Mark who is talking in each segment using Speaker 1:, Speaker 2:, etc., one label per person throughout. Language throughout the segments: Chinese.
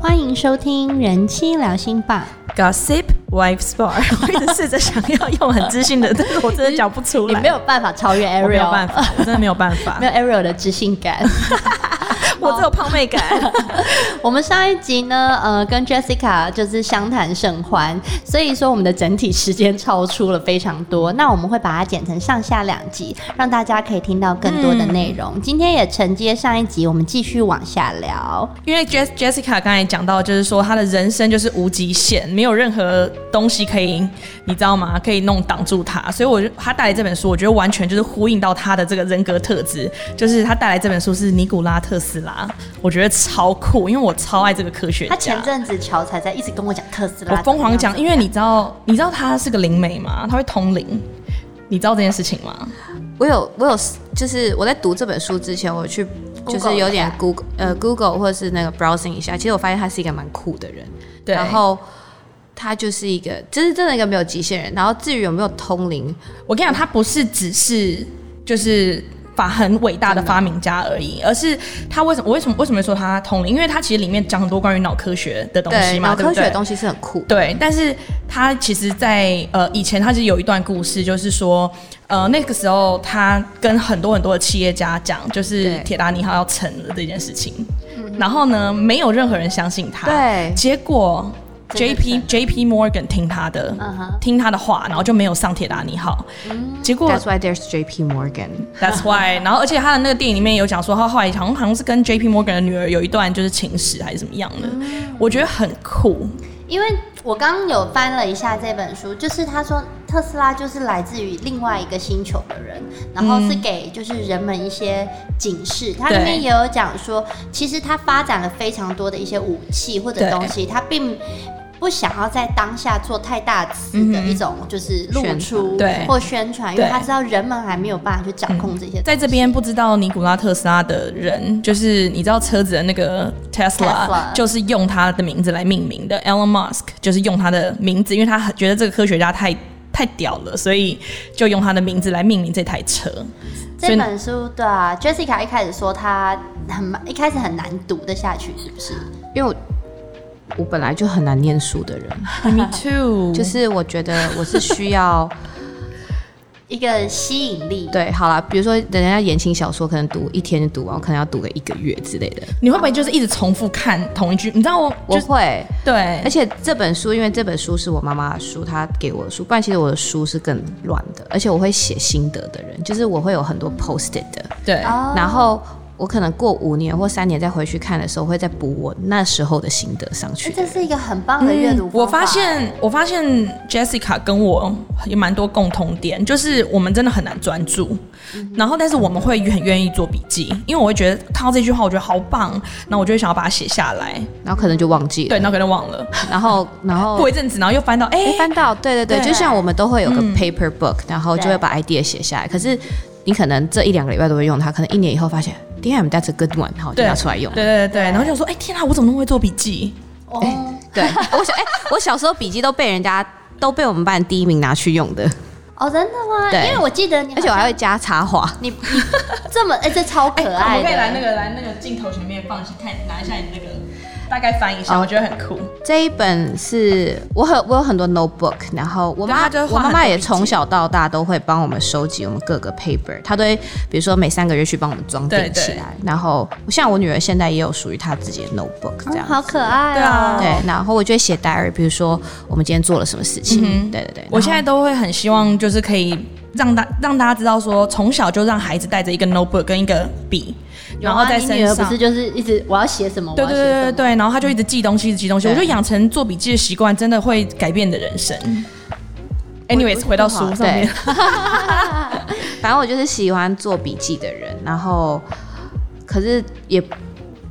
Speaker 1: 欢迎收听《人妻聊心吧
Speaker 2: Gossip Wives Bar，我 一直试着想要用很知性的，但是我真的讲不》，出
Speaker 1: 你
Speaker 2: 来，
Speaker 1: 没有办法超越
Speaker 2: 我
Speaker 1: Ariel，
Speaker 2: 没有办法，我真的没有办 法
Speaker 1: 没，有 Ariel 的知性感。
Speaker 2: 我只有哦胖妹感。
Speaker 1: 我们上一集呢，呃，跟 Jessica 就是相谈甚欢，所以说我们的整体时间超出了非常多。
Speaker 2: 嗯
Speaker 1: 那我们会把它剪成上下两集，让大家可以听到更多的内
Speaker 2: 嗯
Speaker 1: 容。今天也承接上一集，我们继续往下聊。
Speaker 2: 因为 Jess Jessica 刚才讲到，就是说她的人生就是无极限，没有任何东西可以，你知道吗？可以弄挡住她。所以我就她带来这本书，我觉得完全就是呼应到她的这个人格特质，就是她带来这本书是尼古拉特斯拉，我觉得超酷，因为我超爱这个科学
Speaker 1: 他
Speaker 2: 家
Speaker 1: 前。阵子乔才在一直跟我讲特斯拉，
Speaker 2: 哎我疯狂讲，因
Speaker 1: 为
Speaker 2: 为你知道，你知道她是个灵媒吗？她会通灵，你知道这件事情吗？
Speaker 3: 我有我有，就是我在读这本书之前，我去就
Speaker 1: Google
Speaker 3: 是
Speaker 1: 一
Speaker 3: 有点
Speaker 1: 下
Speaker 3: Google 呃 Google 或者是那个 browsing 一下，其实我发现他是一个蛮酷的人，
Speaker 2: 对
Speaker 3: 然后他就是一个就是真的一个没有极限人。然后至于有没有通灵，
Speaker 2: 我跟你讲，他不是只是就是发很伟大的发明家而已，而是他为什么我为什么为什么说他通灵？因为他其实里面讲很多关于脑科学的东西
Speaker 3: 对，
Speaker 2: 嘛，
Speaker 3: 脑
Speaker 2: 对不
Speaker 3: 科学
Speaker 2: 对
Speaker 3: 的？东西是很酷，
Speaker 2: 对，但是他其实在，呃以前他是有一段故事，就是说，呃那个时候他跟很多很多的企业家讲，就是
Speaker 3: 对
Speaker 2: 铁达尼号要沉了这件事情，
Speaker 1: 嗯
Speaker 2: 然后呢，没有任何人相信他，
Speaker 3: 对
Speaker 2: 结果
Speaker 1: 真的
Speaker 2: J P J P Morgan 听他的
Speaker 1: 嗯哼嗯
Speaker 2: 听他的话，然后就没有上铁达尼号，结果
Speaker 3: ，That's why there's J P Morgan。
Speaker 2: That's why。然后， 而且他的那个电影里面有讲说，他后来好像好像是跟 J P Morgan 的女儿有一段就是情史还是怎么样的，
Speaker 1: 嗯
Speaker 2: 我觉得很酷。
Speaker 1: 因为我刚刚有翻了一下这本书，就是他说特斯拉就是来自于另外一个星球的人，然后是给就是人们一些警示。它里面也有讲说，其实他发展了非常多的一些武器或者
Speaker 2: 对
Speaker 1: 东西，他并。不想要在当下做太大词的一种，就是露
Speaker 3: 宣传
Speaker 1: 出
Speaker 2: 嗯对
Speaker 1: 或宣传，因为
Speaker 2: 对
Speaker 1: 他知道人们还没有办法去掌控这些东西。
Speaker 2: 在这边不知道尼古拉特斯拉的人，就是你知道车子的那个 Tesla，,
Speaker 1: Tesla
Speaker 2: 就是用他的名字来命名的。Elon Musk 就是用他的名字，因为他很觉得这个科学家太太屌了，所以就用他的名字来命名这台车。所
Speaker 1: 这
Speaker 2: 以
Speaker 1: 本书对啊，Jessica 一开始说她很慢一开始很难读得下去，是不是？
Speaker 3: 因为我我本来就很难念书 的人，
Speaker 2: Me too，
Speaker 3: 就是我觉得我是需要。
Speaker 1: 一个吸引力。
Speaker 3: 对，好了，比如说人家言情小说可能读一天就读完，我可能要读个一个月之类的。
Speaker 2: 你会不会就是一直重复看同一句？你知道我
Speaker 3: 我
Speaker 2: 就是
Speaker 3: 会，
Speaker 2: 对
Speaker 3: 而，且这本书，因为这本书是我妈妈的书，她给我的书，不然其实我的书是更乱的，而且我会写心得的人，就是我会有很多 posted 的，
Speaker 2: 对，
Speaker 1: 哦
Speaker 3: 然后我可能过五年或三年再回去看的时候，会再补我那时候的心得上去
Speaker 1: 诶
Speaker 3: 的。
Speaker 1: 哎这是一个很棒的阅读、
Speaker 2: 嗯我发，现，我发现 Jessica 跟我有蛮多共同点，就是我们真的很难专注，然后但是我们会很愿意做笔记，因为我会觉得看到这句话，我觉得好棒，那我就会想要把它写下来。
Speaker 3: 然后可能就忘记了，
Speaker 2: 对，那可能忘了，
Speaker 3: 然后然后
Speaker 2: 过一阵子，然后又翻到，哎、
Speaker 3: 哦哎，翻到，对对对，
Speaker 2: 对
Speaker 3: 就像我们都会有个 paper book，、然后就
Speaker 1: 对
Speaker 3: 会把 idea 写下来。可是你可能这一两个礼拜都会用它，可能一年以后发现，damn that's a good one，然后我就
Speaker 2: 对，
Speaker 3: 拿出来用。
Speaker 2: 对对对对，然后就说，哎、天啊，我怎么那么会做笔记？
Speaker 1: 哦、
Speaker 3: 对，我小哎、我小时候笔记都被人家都被我们班第一名拿去用的，
Speaker 1: 哦，真的吗？
Speaker 3: 对
Speaker 1: 因为我记得你好像，
Speaker 3: 而且我还会加插画。
Speaker 1: 你你这么哎、这超可
Speaker 2: 我
Speaker 1: 爱
Speaker 2: 们
Speaker 1: 的。
Speaker 2: 可以来那个来那个镜头前面放一下，看拿一下你那个。大概翻一下，
Speaker 3: 哦
Speaker 2: 我觉得很酷。
Speaker 3: 这一本是我很我有很多 notebook，然后
Speaker 2: 对
Speaker 3: 我妈
Speaker 2: 她就会画
Speaker 3: 我妈
Speaker 2: 很多
Speaker 3: 妈也
Speaker 2: 笔记
Speaker 3: 从小到大都会帮我们收集我们各个 paper，她都会比如说每三个月去帮我们装
Speaker 2: 对
Speaker 3: 订
Speaker 2: 对
Speaker 3: 起来。然后像我女儿现在也有属于她自己的 notebook 这
Speaker 1: 嗯
Speaker 3: 样子。
Speaker 1: 好可爱、哦。
Speaker 2: 对啊
Speaker 3: 对，然后我就会写 diary，比如说我们今天做了什么事
Speaker 1: 嗯
Speaker 3: 情。对对对，
Speaker 2: 嗯我现
Speaker 3: 在
Speaker 2: 在都会很希望，就是可以让大让大家知道说，从小就让孩子带着一个 notebook 跟一个笔，
Speaker 1: 有
Speaker 2: 然
Speaker 1: 啊
Speaker 2: 后在
Speaker 1: 你
Speaker 2: 身
Speaker 1: 女儿不
Speaker 2: 上
Speaker 1: 是。就是一直我要写什么，
Speaker 2: 对对
Speaker 1: 我要写什
Speaker 2: 对对
Speaker 1: 么
Speaker 2: 对，然后他就一直记东西，一直记东西。我觉
Speaker 3: 对
Speaker 2: 得养成做笔记的习惯，真的会改变你的人生。Anyways，回到书上面，
Speaker 3: 反正我就是喜欢做笔记的人，然后可是也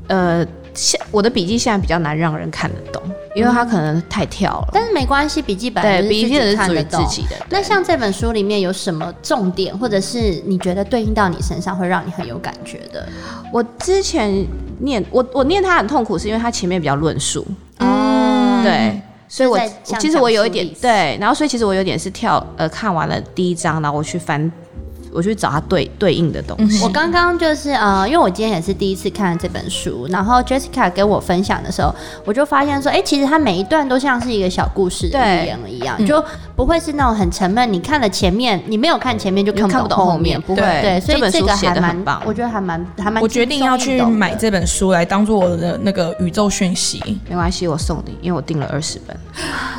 Speaker 3: 呃，现我的笔记现在比较难让人看得懂，因为它可能太跳了。
Speaker 1: 但是没关系，笔记本来
Speaker 3: 对，
Speaker 1: 就是
Speaker 3: 笔记
Speaker 1: 自
Speaker 3: 本
Speaker 1: 己
Speaker 3: 是
Speaker 1: 看
Speaker 3: 属于
Speaker 1: 得
Speaker 3: 自
Speaker 1: 懂
Speaker 3: 己的。对
Speaker 1: 那像这本书里面有什么重点，或者是你觉得对应到你身上会让你很有感觉的？
Speaker 3: 我之
Speaker 2: 嗯
Speaker 3: 前念我我念它很痛苦，是因为它前面比较论述，
Speaker 1: 哦、
Speaker 3: 对，所以我
Speaker 1: 就在像
Speaker 3: 其实我有
Speaker 1: 讲
Speaker 3: 一
Speaker 1: 述
Speaker 3: 点
Speaker 1: 历史
Speaker 3: 对，然后所以其实我有点是跳呃看完了第一章，然后我去翻，我去找它对对应的东西。
Speaker 1: 我刚刚就是呃，因为我今天也是第一次看这本书，然后 Jessica 给我分享的时候，我就发现说，哎、其实它每一段都像是一个小故事的寓
Speaker 3: 对嗯
Speaker 1: 言一样，就不会是那种很沉闷。你看了前面，你没有看前面就看
Speaker 3: 看
Speaker 1: 不
Speaker 3: 不
Speaker 1: 懂
Speaker 3: 懂
Speaker 1: 后
Speaker 3: 后面不会
Speaker 1: 对，所
Speaker 3: 这
Speaker 1: 以
Speaker 3: 本
Speaker 1: 这
Speaker 3: 书
Speaker 1: 个
Speaker 3: 写
Speaker 1: 还
Speaker 3: 得很
Speaker 1: 蛮
Speaker 3: 棒，
Speaker 1: 我觉得还蛮还蛮。
Speaker 2: 我决定要去买，这本书来当做我的那个宇宙讯息。
Speaker 3: 没关系，我送你，因为我订了二十本，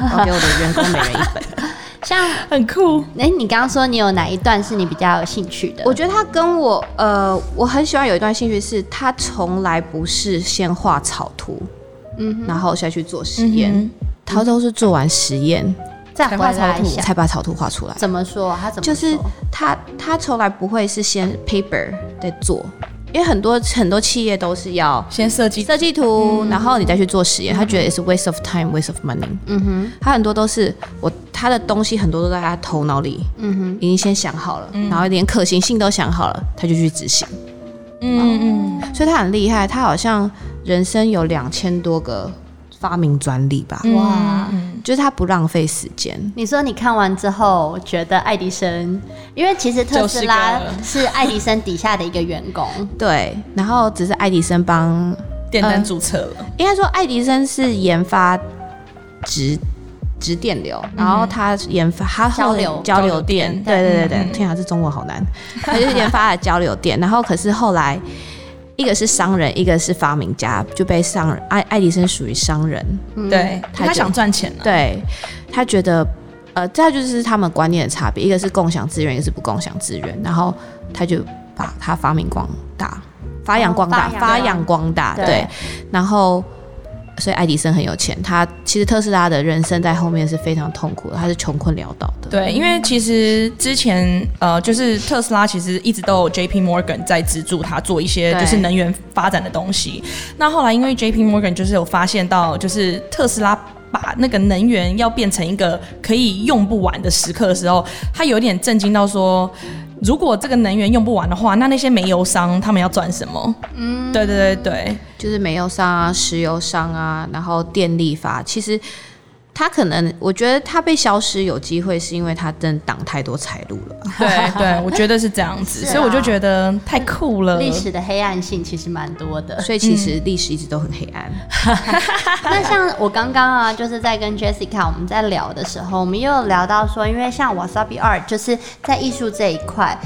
Speaker 3: 我给我的员工每人一本。
Speaker 1: 像
Speaker 2: 很酷，
Speaker 1: 哎、你刚刚说你有哪一段是你比较有兴趣的？
Speaker 3: 我觉得他跟我呃，我很喜欢有一段兴趣是，他从来不是先画草图，嗯，然后再去做实验，
Speaker 2: 嗯
Speaker 3: 他都是做完实验
Speaker 1: 再
Speaker 2: 才
Speaker 1: 回
Speaker 2: 画
Speaker 1: 来
Speaker 2: 草
Speaker 1: 一
Speaker 2: 图
Speaker 1: 下，
Speaker 3: 才把草图画出来。
Speaker 1: 怎么说？他怎么
Speaker 3: 就是
Speaker 1: 说
Speaker 3: 他他从来不会是先 paper 在做，因为很多很多企业都是要
Speaker 2: 先设计
Speaker 3: 设计图，然后你再去做实验，他觉得也是 waste of time，waste of money。嗯哼，他很多都是我他的东西很多都在他头脑里，嗯哼，嗯已经先想好了，然后连可行性都想好了，他就去执行。
Speaker 1: 哦
Speaker 2: 嗯嗯
Speaker 3: 所以他很厉害，他好像人生有两千多个发明专利吧，
Speaker 2: 嗯，
Speaker 1: 哇
Speaker 2: 哇，嗯
Speaker 3: 就是他不浪费时间。
Speaker 1: 你说你看完之后觉得爱迪生，因为其实特斯拉是爱迪生底下的一个员工，
Speaker 3: 对，然后只是爱迪生帮，
Speaker 2: 电灯
Speaker 1: 嗯
Speaker 2: 注册了，
Speaker 3: 应该说爱迪生是研发直直电流，然后他研发他后
Speaker 1: 交流
Speaker 3: 交
Speaker 2: 交
Speaker 3: 流
Speaker 2: 流电
Speaker 3: 电，对对对
Speaker 2: 嗯
Speaker 3: 对，天啊，这中文好难，他就是研发了交流电，然后可是后来一个是商人，一个是发明家，就被商人爱爱迪生属于商人，
Speaker 1: 嗯
Speaker 2: 对，
Speaker 3: 他
Speaker 2: 他
Speaker 3: 就
Speaker 2: 想赚钱啊，
Speaker 3: 对他觉得，呃，这就是他们观念的差别，一个是共享资源，一个是不共享资源，然后他就把它发明光大，发扬光大，
Speaker 1: 哦发
Speaker 3: 发
Speaker 1: 扬
Speaker 3: 扬光大，
Speaker 1: 对
Speaker 3: 对，然后。所以爱迪生很有钱，他其实特斯拉的人生在后面是非常痛苦的，他是穷困潦倒的。
Speaker 2: 对，因为
Speaker 1: 嗯
Speaker 2: 其实之前呃，就是特斯拉其实一直都有 J P Morgan 在资助它做一些
Speaker 3: 对
Speaker 2: 就是能源发展的东西。那后来因为 J P Morgan 就是有发现到，就是特斯拉。把那个能源要变成一个可以用不完的时刻的时候，他有点震惊到说，如果这个能源用不完的话，那那些煤油商他们要赚什么？嗯，对对对对，
Speaker 3: 就是煤油商啊、石油商啊，然后电力法，其实他可能，我觉得他被消失有机会，是因为他真的挡太多财路了吧。
Speaker 2: 对对，我觉得是这样子，
Speaker 1: 是啊
Speaker 2: 所以我就觉得太酷了。
Speaker 1: 历史的黑暗性其实蛮多的。
Speaker 3: 所以其实历史一直都很黑暗。
Speaker 1: 那像我刚刚啊，就是在跟 Jessica 我们在聊的时候，我们又有聊到说，因为像 Wasabi 二，就是在艺术这一块。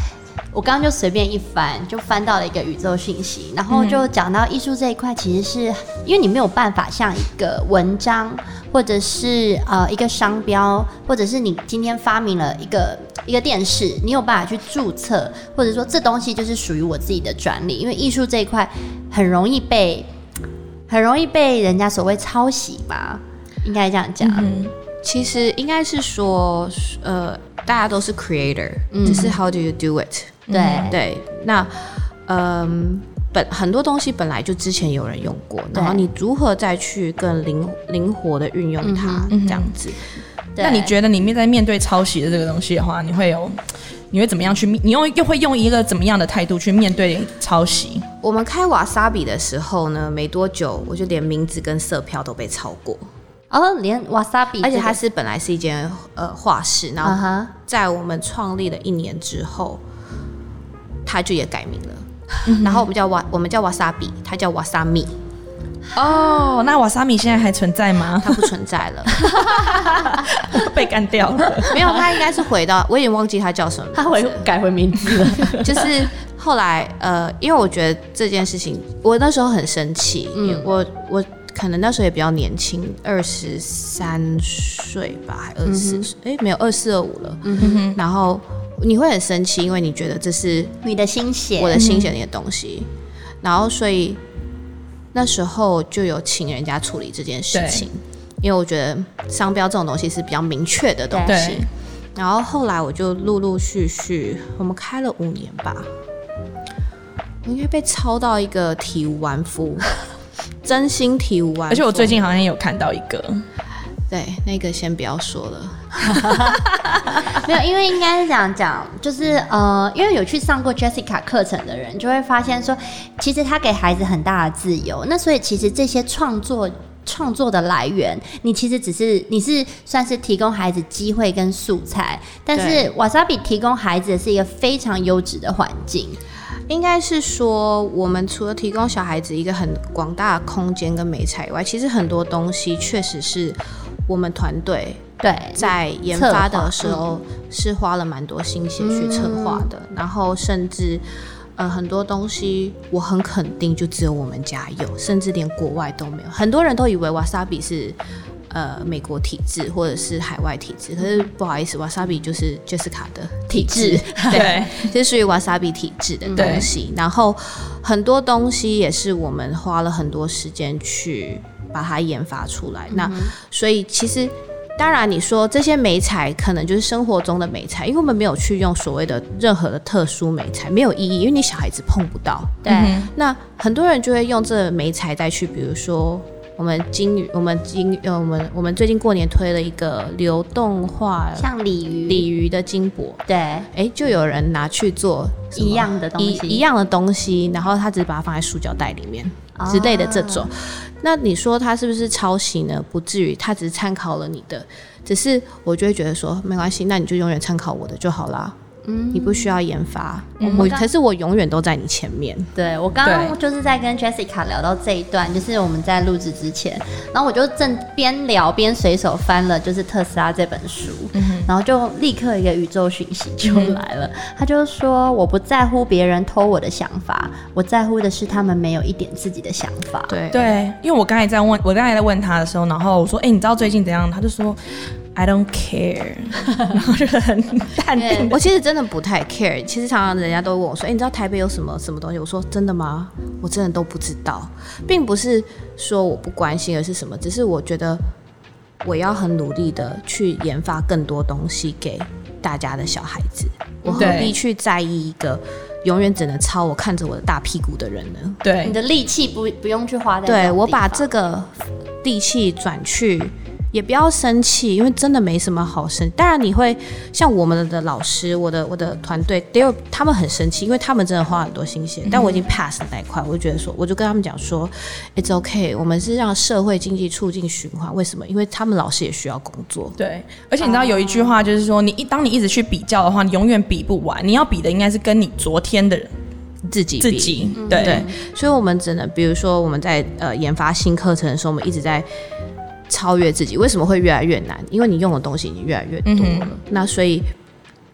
Speaker 1: 我刚刚就随便一翻，就翻到了一个宇宙讯息，然后就讲到艺术这一块，其实是因为你没有办法像一个文章，或者是呃一个商标，或者是你今天发明了一个一个电视，你有办法去注册，或者说这东西就是属于我自己的专利，因为艺术这一块很容易被很容易被人家所谓抄袭吧，应该这样
Speaker 3: 嗯
Speaker 1: 讲。
Speaker 3: 其实应该是说，呃，大家都是 creator，、只
Speaker 1: 嗯
Speaker 3: 是 how do you do it？
Speaker 1: 对，
Speaker 3: 对，那嗯、本很多东西本来就之前有人用过，然后
Speaker 1: 对
Speaker 3: 你如何再去更灵灵活的运用
Speaker 1: 嗯
Speaker 3: 它，这样子。
Speaker 1: 对
Speaker 2: 那你觉得你面在面对抄袭的这个东西的话，你会有，你会怎么样去面？你用又会用一个怎么样的态度去面对抄袭？
Speaker 3: 我们开瓦萨比的时候呢，没多久我就连名字跟色票都被抄过，
Speaker 1: 哦，连 wasabi，
Speaker 3: 而且
Speaker 1: 这
Speaker 3: 它
Speaker 1: 个
Speaker 3: 是本来是一间呃画室，然
Speaker 1: 啊
Speaker 3: 后
Speaker 1: 哈，
Speaker 3: 在我们创立了一年之后，它就也改名了。然后我们叫瓦，我们叫瓦萨比，它叫瓦萨米，
Speaker 2: 哦，那瓦萨米现在还存在吗？
Speaker 3: 它不存在了。
Speaker 2: 被干掉了。
Speaker 3: 没有，它应该是回到，我已经忘记它叫什么。
Speaker 1: 他回改回名字了。
Speaker 3: 就是后来呃，因为我觉得这件事情，我那时候很生气，也我我可能那时候也比较年轻，二十三岁吧，还二十四岁，哎、没有二四二五了。
Speaker 2: 嗯
Speaker 3: 然后你会很生气，因为你觉得这是
Speaker 1: 你的心血，
Speaker 3: 我的心
Speaker 2: 嗯
Speaker 3: 血里的东西，然后所以那时候就有请人家处理这件事情，因为我觉得商标这种东西是比较明确的东西
Speaker 2: 对。
Speaker 3: 然后后来我就陆陆续续，我们开了五年吧，我应该被抄到一个体无完肤， 真心体无完肤。
Speaker 2: 而且我最近好像有看到一个，
Speaker 3: 对那个先不要说了，
Speaker 1: 没有，因为应该是这样讲，就是呃，因为有去上过 Jessica 课程的人，就会发现说，其实他给孩子很大的自由。那所以其实这些创作创作的来源，你其实只是你是算是提供孩子机会跟素材，但是
Speaker 3: 对
Speaker 1: Wasabi 提供孩子的是一个非常优质的环境。
Speaker 3: 应该是说，我们除了提供小孩子一个很广大的空间跟美彩以外，其实很多东西确实是我们团队
Speaker 1: 对，
Speaker 3: 在研发的时候是花了蛮多心血去策划的，然后甚至。呃，很多东西我很肯定，就只有我们家有，甚至连国外都没有。很多人都以为 wasabi 是呃美国体制或者是海外体制，可是不好意思，wasabi 就是 Jessica 的体制，
Speaker 2: 对，
Speaker 3: 这是属于 wasabi 体制的东西。然后很多东西也是我们花了很多时间去把它研发出来。那所以其实。当然，你说这些美材可能就是生活中的美材，因为我们没有去用所谓的任何的特殊美材，没有意义，因为你小孩子碰不到。
Speaker 1: 对，
Speaker 2: 嗯
Speaker 3: 那很多人就会用这美材再去，比如说我们金鱼，我们金呃，我们我们最近过年推了一个流动化
Speaker 1: 像鲤鱼，
Speaker 3: 呃鲤鱼的金箔，
Speaker 1: 对
Speaker 3: 哎，就有人拿去做什么
Speaker 1: 一样的东西，
Speaker 3: 一一样的东西，然后他只是把它放在塑胶袋里面
Speaker 1: 啊
Speaker 3: 之类的这种。那你说他是不是抄袭呢？不至于，他只是参考了你的，只是我就会觉得说没关系，那你就永远参考我的就好啦。嗯，你不需要研发，我可是我永远都在你前面。
Speaker 1: 对我刚刚
Speaker 2: 对
Speaker 1: 就是在跟 Jessica 聊到这一段，就是我们在录制之前，然后我就正边聊边随手翻了就是特斯拉这本书，
Speaker 3: 嗯
Speaker 1: 然后就立刻一个宇宙讯息就来了，他就说我不在乎别人偷我的想法，我在乎的是他们没有一点自己的想法。
Speaker 3: 对
Speaker 2: 对，因为我刚才在问，我刚才在问他的时候，然后我说：“哎、你知道最近怎样？”他就说：“I don't care。”然后就很淡定。
Speaker 3: 我其实真的不太 care，其实常常人家都问我说：“哎、你知道台北有什么什么东西？”我说：“真的吗？我真的都不知道，并不是说我不关心，而是什么？只是我觉得我要很努力的去研发更多东西给大家的小孩子，我何
Speaker 2: 对
Speaker 3: 必去在意一个永远只能抄我看着我的大屁股的人呢？
Speaker 1: 你
Speaker 2: 对
Speaker 1: 的力气不不用去花在这种
Speaker 3: 对我
Speaker 1: 地方
Speaker 3: 把这个力气转去，也不要生气，因为真的没什么好生。当然你会像我们的老师，我的我的团队，得有他们很生气，因为他们真的花很多心
Speaker 1: 嗯
Speaker 3: 血。但我已经 pass 了那一块，我就觉得说，我就跟他们讲说，it's okay，我们是让社会经济促进循环。为什么？因为他们老师也需要工作。
Speaker 2: 对，而且你知道有一句话就是说，你一当你一直去比较的话，你永远比不完。你要比的应该是跟你昨天的
Speaker 3: 自己
Speaker 2: 自
Speaker 3: 比
Speaker 2: 己。对
Speaker 3: 对，所以我们只能，比如说我们在呃研发新课程的时候，我们一直在超越自己。为什么会越来越难？因为你用的东西已经越来越多了。那所以，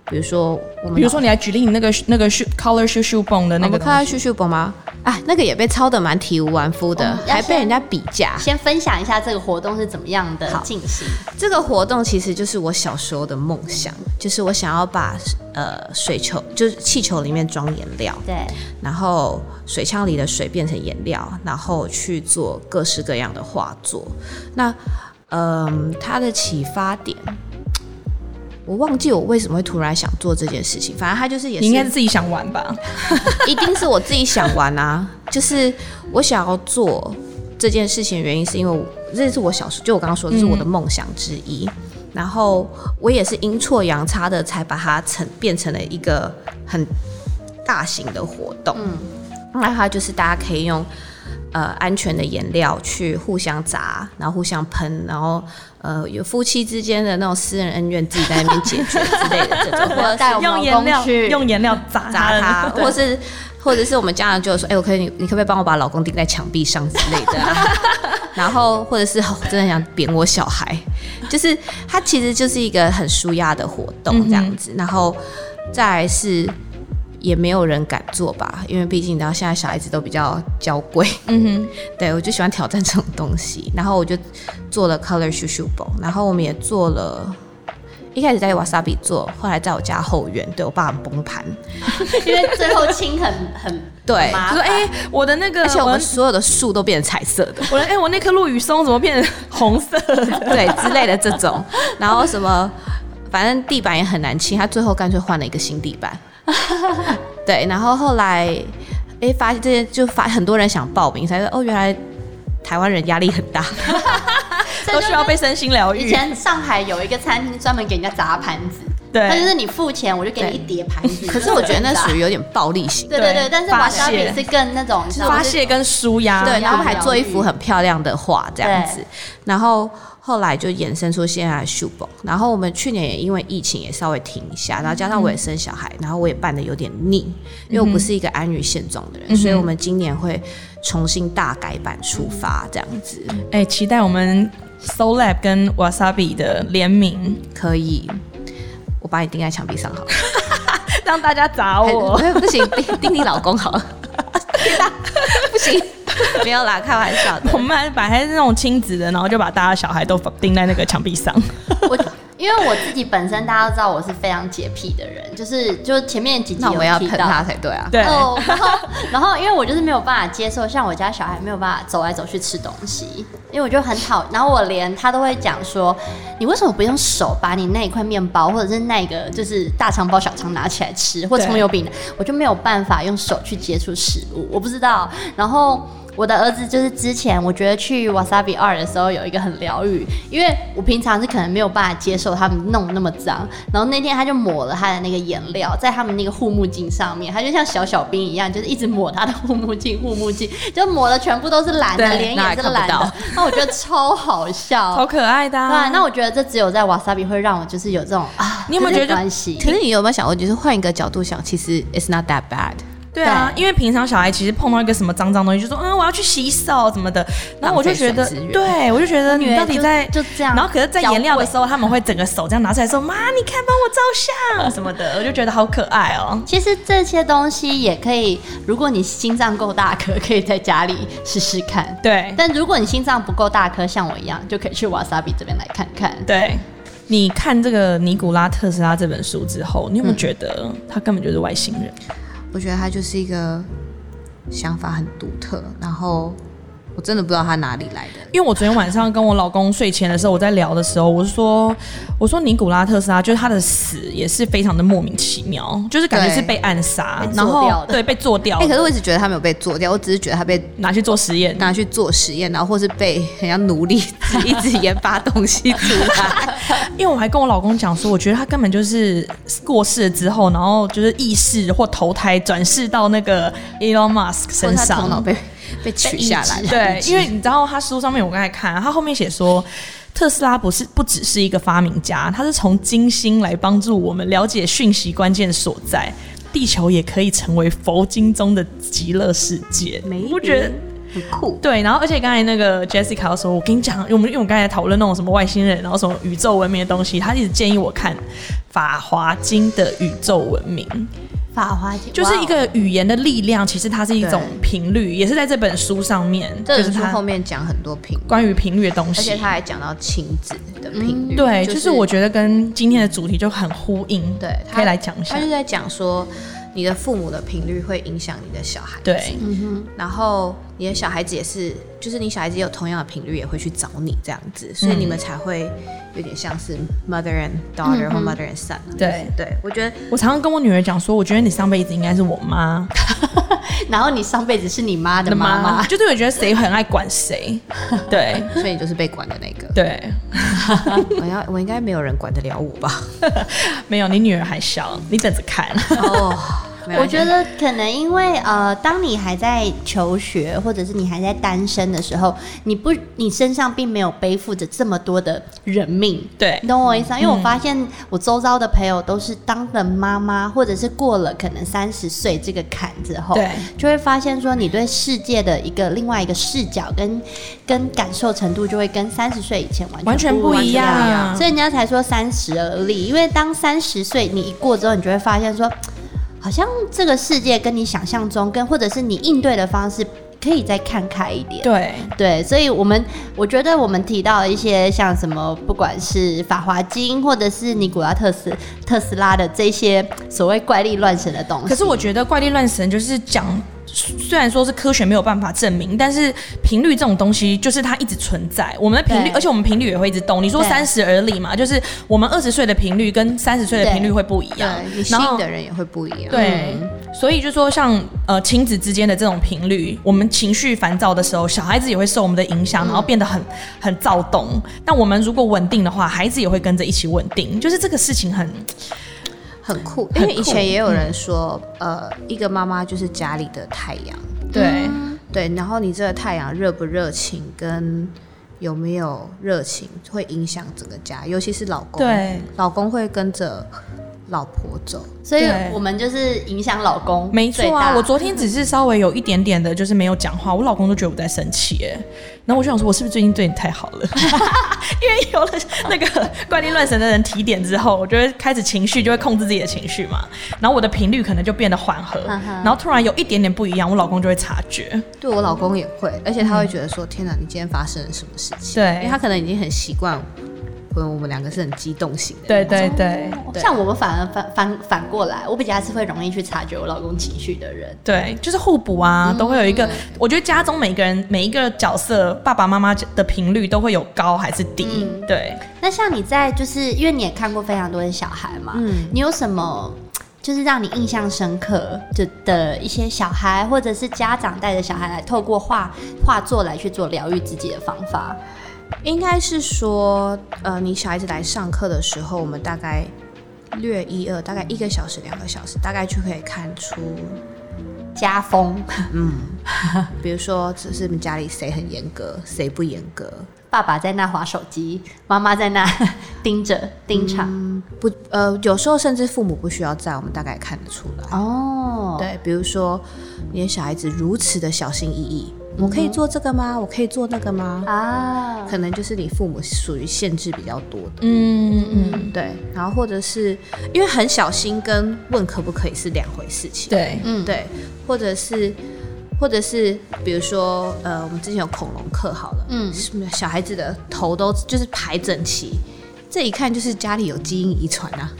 Speaker 3: 比如说我们，
Speaker 2: 比如说，你来举例你那个那个 shoe color shoe shoe bone 的
Speaker 3: 我
Speaker 2: 那个
Speaker 3: 们
Speaker 2: 东西，
Speaker 3: 看到旭旭宝吗？啊，那个也被抄的蛮体无完肤
Speaker 1: 我
Speaker 3: 的
Speaker 1: 们，要
Speaker 3: 还被
Speaker 1: 先
Speaker 3: 人家比价。
Speaker 1: 先分享一下这个活动是怎么样的进行，
Speaker 3: 这个活动其实就是我小时候的梦想，就是我想要把呃水球，就是气球里面装颜料，
Speaker 1: 对，
Speaker 3: 然后水枪里的水变成颜料，然后去做各式各样的画作。那，嗯，它的启发点，我忘记我为什么会突然想做这件事情。反正它就是也
Speaker 2: 你应该是
Speaker 3: 是，
Speaker 2: 自己想玩吧？
Speaker 3: 一定是我自己想玩啊。就是我想要做这件事情，的原因是因为我这是我小时候，就我刚刚说，这是我的梦想之
Speaker 2: 嗯
Speaker 3: 一。然后我也是阴错阳差的，才把它成变成了一个很大型的活动。
Speaker 1: 嗯，
Speaker 3: 那它就是大家可以用呃安全的颜料去互相砸，然后互相喷，然后呃有夫妻之间的那种私人恩怨自己在那边解决之类的这种，或者
Speaker 1: 带我们
Speaker 2: 用
Speaker 1: 老
Speaker 2: 颜
Speaker 1: 公
Speaker 2: 料
Speaker 1: 去
Speaker 2: 用颜料砸
Speaker 3: 砸他，
Speaker 2: 对
Speaker 3: 或是或者是我们家人就说，哎、我可以你你可不可以帮我把老公钉在墙壁上之类的、啊。 然后，或者是、哦我真的想扁我小孩，就是它其实就是一个很舒压的活动
Speaker 2: 嗯
Speaker 3: 这样子。然后再来是也没有人敢做吧，因为毕竟你知道现在小孩子都比较娇贵，
Speaker 2: 嗯
Speaker 3: 对我就喜欢挑战这种东西。然后我就做了 Color Shoe Shoe b o 然后我们也做了。一开始在 Wasabi 做，后来在我家后院，对我爸很崩盘。
Speaker 1: 因为最后清很 很
Speaker 3: 对，
Speaker 1: 麻烦
Speaker 2: 哼，就说哎、我的那个，
Speaker 3: 而且我
Speaker 2: 我
Speaker 3: 们
Speaker 2: 的
Speaker 3: 所有的树都变成彩色 的，
Speaker 2: 我的哎、我那棵陆羽松怎么变成红 色的？
Speaker 3: 对之类的这种，然后什么，反正地板也很难清，他最后干脆换了一个新地 板。对，然后后来，哎、发现这些就发很多人想报名，才说哦，原来台湾人压力很大。
Speaker 2: 都需要被身心疗
Speaker 1: 以
Speaker 2: 愈。
Speaker 1: 前上海有一个餐厅专门给人家砸盘子，它就
Speaker 2: 对，
Speaker 1: 是你付钱，我就给你一叠盘子。
Speaker 3: 可是我觉得那属
Speaker 1: 于
Speaker 3: 于有点暴力型。
Speaker 1: 对对对，
Speaker 2: 对
Speaker 1: 但是
Speaker 2: 发
Speaker 1: 瓦
Speaker 2: 泄
Speaker 1: 莎比是更那种
Speaker 2: 发泄跟舒压，
Speaker 3: 对，然后
Speaker 1: 疗
Speaker 3: 还做一
Speaker 1: 愈
Speaker 3: 幅很漂亮的画这样
Speaker 1: 对
Speaker 3: 子，然后后来就衍生出现在的秀宝，然后我们去年也因为疫情也稍微停一下，然后加上
Speaker 1: 嗯
Speaker 3: 我也生小孩，然后我也办的有点腻，因为我不是一个安于现状的人，
Speaker 1: 嗯
Speaker 3: 所以我们今年会重新大改版出发这样子，
Speaker 2: 哎、期待我们 Soul Lab 跟 Wasabi 的联 名，
Speaker 3: 可以。我把你钉在墙壁上好了，
Speaker 2: 让大家砸
Speaker 1: 哦
Speaker 2: 我。
Speaker 3: 还不行，钉钉你老公好 了，不行， 没有啦，开玩 笑的
Speaker 2: 我。们还把还是那种亲子的，然后就把大家小孩都钉在那个墙壁 上。
Speaker 1: 我因为我自己本身大家都知道我是非常洁癖的人，就是就是前面几集
Speaker 3: 那我们要
Speaker 1: 有提
Speaker 3: 喷
Speaker 1: 到。
Speaker 3: 他才对啊。
Speaker 2: 对，
Speaker 1: 哦，然后然后因为我就是没有办法接受，像我家小孩没有办法走来走去吃东西，因为我就很讨，然后我连他都会讲说，你为什么不用手把你那一块面包或者是那个就是大肠包小肠拿起来吃，或
Speaker 2: 对
Speaker 1: 葱油饼，我就没有办法用手去接触食物，我不知道，然后。我的儿子就是之前我觉得去 Wasabi 二的时候有一个很疗愈，因为我平常是可能没有办法接受他们弄那么脏，然后那天他就抹了他的那个颜料在他们那个护目镜上面，他就像小小兵一样，就是一直抹他的护目镜，护目镜就抹的全部都是蓝的，
Speaker 2: 对
Speaker 1: 脸
Speaker 3: 那还
Speaker 1: 也是
Speaker 3: 看不
Speaker 1: 蓝的
Speaker 3: 到，
Speaker 1: 那我觉得超好笑，
Speaker 2: 好可爱的、
Speaker 1: 对
Speaker 2: 啊
Speaker 1: 啊。那我觉得这只有在 Wasabi 会让我就是有这种啊，
Speaker 2: 你有没有
Speaker 1: 这是
Speaker 2: 觉得
Speaker 1: 关系？
Speaker 3: 可是你有没有想过，就是换一个角度想，其实 it's not that bad。
Speaker 2: 对啊，
Speaker 1: 对
Speaker 2: 因为平常小孩其实碰到一个什么脏脏东西，就说嗯我要去洗手什么的，然后我就觉得
Speaker 3: 浪费水资，源
Speaker 2: 对我就觉得你到底在
Speaker 1: 就就这样
Speaker 2: 然后可是，在颜料的时候，他们会整个手这样拿出来说：“妈，你看，帮我照相什么的。”我就觉得好可爱哦、
Speaker 1: 其实这些东西也可以，如果你心脏够大颗，可以在家里试试看。
Speaker 2: 对
Speaker 1: 但如果你心脏不够大颗，像我一样，就可以去瓦萨比这边来看看。
Speaker 2: 对，你看这个尼古拉特斯拉这本书之后，你有
Speaker 1: 嗯
Speaker 2: 没有觉得他根本就是外星人？
Speaker 3: 我觉得他就是一个想法很独特，然后我真的不知道他哪里来的。
Speaker 2: 因为我昨天晚上跟我老公睡前的时候，我在聊的时候，我是说，我说尼古拉特斯拉就是他的死也是非常的莫名其妙，就是感觉
Speaker 3: 对
Speaker 2: 是被暗杀
Speaker 1: 被，
Speaker 2: 然
Speaker 1: 做掉
Speaker 2: 后
Speaker 1: 的
Speaker 2: 对被做掉
Speaker 3: 哎、
Speaker 2: 的，
Speaker 3: 可是我一直觉得他没有被做掉，我只是觉得他被
Speaker 2: 拿去做实验。
Speaker 3: 拿去做实验，然后或是被很像奴隶一直研发东西出 来。
Speaker 2: 因为我还跟我老公讲说，我觉得他根本就是过世了之后，然后就是意识或投胎转世到那个 Elon Musk
Speaker 3: 或
Speaker 2: 身
Speaker 3: 是他头脑
Speaker 2: 上。
Speaker 3: 被被取下来
Speaker 1: 被移植，
Speaker 2: 对，因为你知道他书上面我刚才看，他后面写说。特斯拉不是不只是一个发明家，他是从金星来帮助我们了解讯息关键所在。地球也可以成为佛经中的极乐世界，
Speaker 3: 没
Speaker 2: 我觉得
Speaker 3: 很酷。
Speaker 2: 对，然后而且刚才那个 Jessica 又说，我跟你讲，我们因为我们刚才讨论那种什么外星人，然后什么宇宙文明的东西，他一直建议我看《法华经》的宇宙文明，
Speaker 1: 法华经
Speaker 2: 就是一，
Speaker 1: 哇哦
Speaker 2: 个语言的力量，其实它是一种频率，也是在这本书上面，
Speaker 3: 这
Speaker 2: 就是
Speaker 3: 本书
Speaker 2: 它
Speaker 3: 后面讲很多频率，
Speaker 2: 关于频率的东
Speaker 3: 而
Speaker 2: 西。
Speaker 3: 且他还讲到亲子的频率、
Speaker 2: 对，就是我觉得跟今天的主题就很呼应，
Speaker 3: 对，他
Speaker 2: 可以来讲一下
Speaker 3: 他。就在讲说，你的父母的频率会影响你的小孩子。
Speaker 2: 对，
Speaker 3: 然后你的小孩子也是，就是你小孩子有同样的频率，也会去找你这样子，所以你
Speaker 2: 嗯
Speaker 3: 们才会有点像是 mother and daughter 或 mother and son。
Speaker 2: 对
Speaker 3: 对，我觉得
Speaker 2: 我常常跟我女儿讲说，我觉得你上辈子应该是我妈
Speaker 1: 然后你上辈子是你妈的
Speaker 2: 的
Speaker 1: 妈妈，
Speaker 2: 就是我觉得谁很爱管 谁。对。
Speaker 3: 所以你就是被管的那个
Speaker 2: 对，
Speaker 3: 我要，我应该没有人管得了我吧？
Speaker 2: 没有，你女儿还小，你等着 看。
Speaker 3: 哦，没有
Speaker 1: 我觉得可能因为呃，当你还在求学，或者是你还在单身的时候，你不，你身上并没有背负着这么多的人命，
Speaker 2: 对
Speaker 1: 你懂我意
Speaker 2: 嗯
Speaker 1: 思啊？因为我发现我周遭的朋友都是当了妈妈，或者是过了可能三十岁这个坎之后，
Speaker 2: 对，
Speaker 1: 就会发现说你对世界的一个另外一个视角跟跟感受程度，就会跟三十岁以前完
Speaker 2: 完全
Speaker 1: 全
Speaker 2: 不一样
Speaker 1: 样所以人家才说三十而立，因为当三十岁你一过之后，你就会发现说，好像这个世界跟你想象中跟或者是你应对的方式，可以再看开一点。
Speaker 2: 对，
Speaker 1: 对，所以我们我觉得我们提到一些像什么，不管是法华经或者是尼古拉特斯特斯拉的这些所谓怪力乱神的东西，
Speaker 2: 可是我觉得怪力乱神就是讲虽然说是科学没有办法证明，但是频率这种东西就是它一直存在。我们的频率，
Speaker 1: 对
Speaker 2: 而且我们频率也会一直动。你说
Speaker 1: 对
Speaker 2: 三十而立嘛，就是我们二十岁的频率跟三十岁的频率会不一样
Speaker 3: 对，你。吸
Speaker 2: 然后
Speaker 3: 引的人也会不一样。
Speaker 2: 对，所以就说像呃亲子之间的这种频率，我们情绪烦躁的时候，小孩子也会受我们的影响，然后变得很很躁动。但我们如果稳定的话，孩子也会跟着一起稳定。就是这个事情很
Speaker 3: 很酷，因
Speaker 2: 很
Speaker 3: 为以前
Speaker 2: 酷
Speaker 3: 也有人说，呃，一个妈妈就是家里的太阳，
Speaker 2: 对，
Speaker 3: 对，然后你这个太阳热不热情跟有没有热情，会影响整个家，尤其是老公，
Speaker 2: 对，
Speaker 3: 老公会跟着老婆走，
Speaker 1: 所以
Speaker 2: 对
Speaker 1: 我们就是影响老公，
Speaker 2: 没错啊。我昨天只是稍微有一点点的，就是没有讲话，我老公都觉得我在生气哎。然后我就想说，我是不是最近对你太好了？ 因为有了那个怪力乱神的人提点之后，我就会开始情绪，就会控制自己的情绪嘛。然后我的频率可能就变得缓和，
Speaker 1: 嗯哼
Speaker 2: 然后突然有一点点不一样，我老公就会察觉。
Speaker 3: 对我老公也会，而且他会觉得说：“天哪，你今天发生了什么事情？”
Speaker 2: 嗯对
Speaker 3: 因为他可能已经很习惯，可能我们两个是很激动型的。
Speaker 2: 对对对
Speaker 1: 对像我们反而反反反过来，我比较是会容易去察觉我老公情绪的人。
Speaker 2: 对，就是互补啊，都会有一个。我觉得家中每个人每一个角色，爸爸妈妈的频率都会有高还是低。对，
Speaker 1: 那像你在就是因为你也看过非常多的小孩嘛，
Speaker 3: 嗯
Speaker 1: 你有什么就是让你印象深刻就的一些小孩，或者是家长带着小孩来透过画画作来去做疗愈自己的方法？
Speaker 3: 应该是说，呃，你小孩子来上课的时候，我们大概略一二，大概一个小时、两个小时，大概就可以看出，
Speaker 1: 家风，
Speaker 3: 比如说，只是你家里谁很严格，谁不严格，
Speaker 1: 爸爸在那划手机，妈妈在那 盯着盯场。
Speaker 3: 不，呃，有时候甚至父母不需要在，我们大概看得出
Speaker 2: 嗯
Speaker 3: 来。
Speaker 1: 哦，
Speaker 3: 对，比如说，你的小孩子如此的小心翼翼，我
Speaker 2: 嗯
Speaker 3: 可以做这个吗？我可以做那个吗？
Speaker 1: 啊，
Speaker 3: 可能就是你父母属于限制比较多的，
Speaker 2: 嗯嗯，
Speaker 3: 对，然后或者是因为很小心跟问可不可以是两回事情，
Speaker 2: 对，
Speaker 1: 嗯，
Speaker 3: 对，或者是或者是比如说呃，我们之前有恐龙课好了，
Speaker 1: 嗯
Speaker 3: 嗯，小孩子的头都就是排整齐，这一看就是家里有基因遗传啊，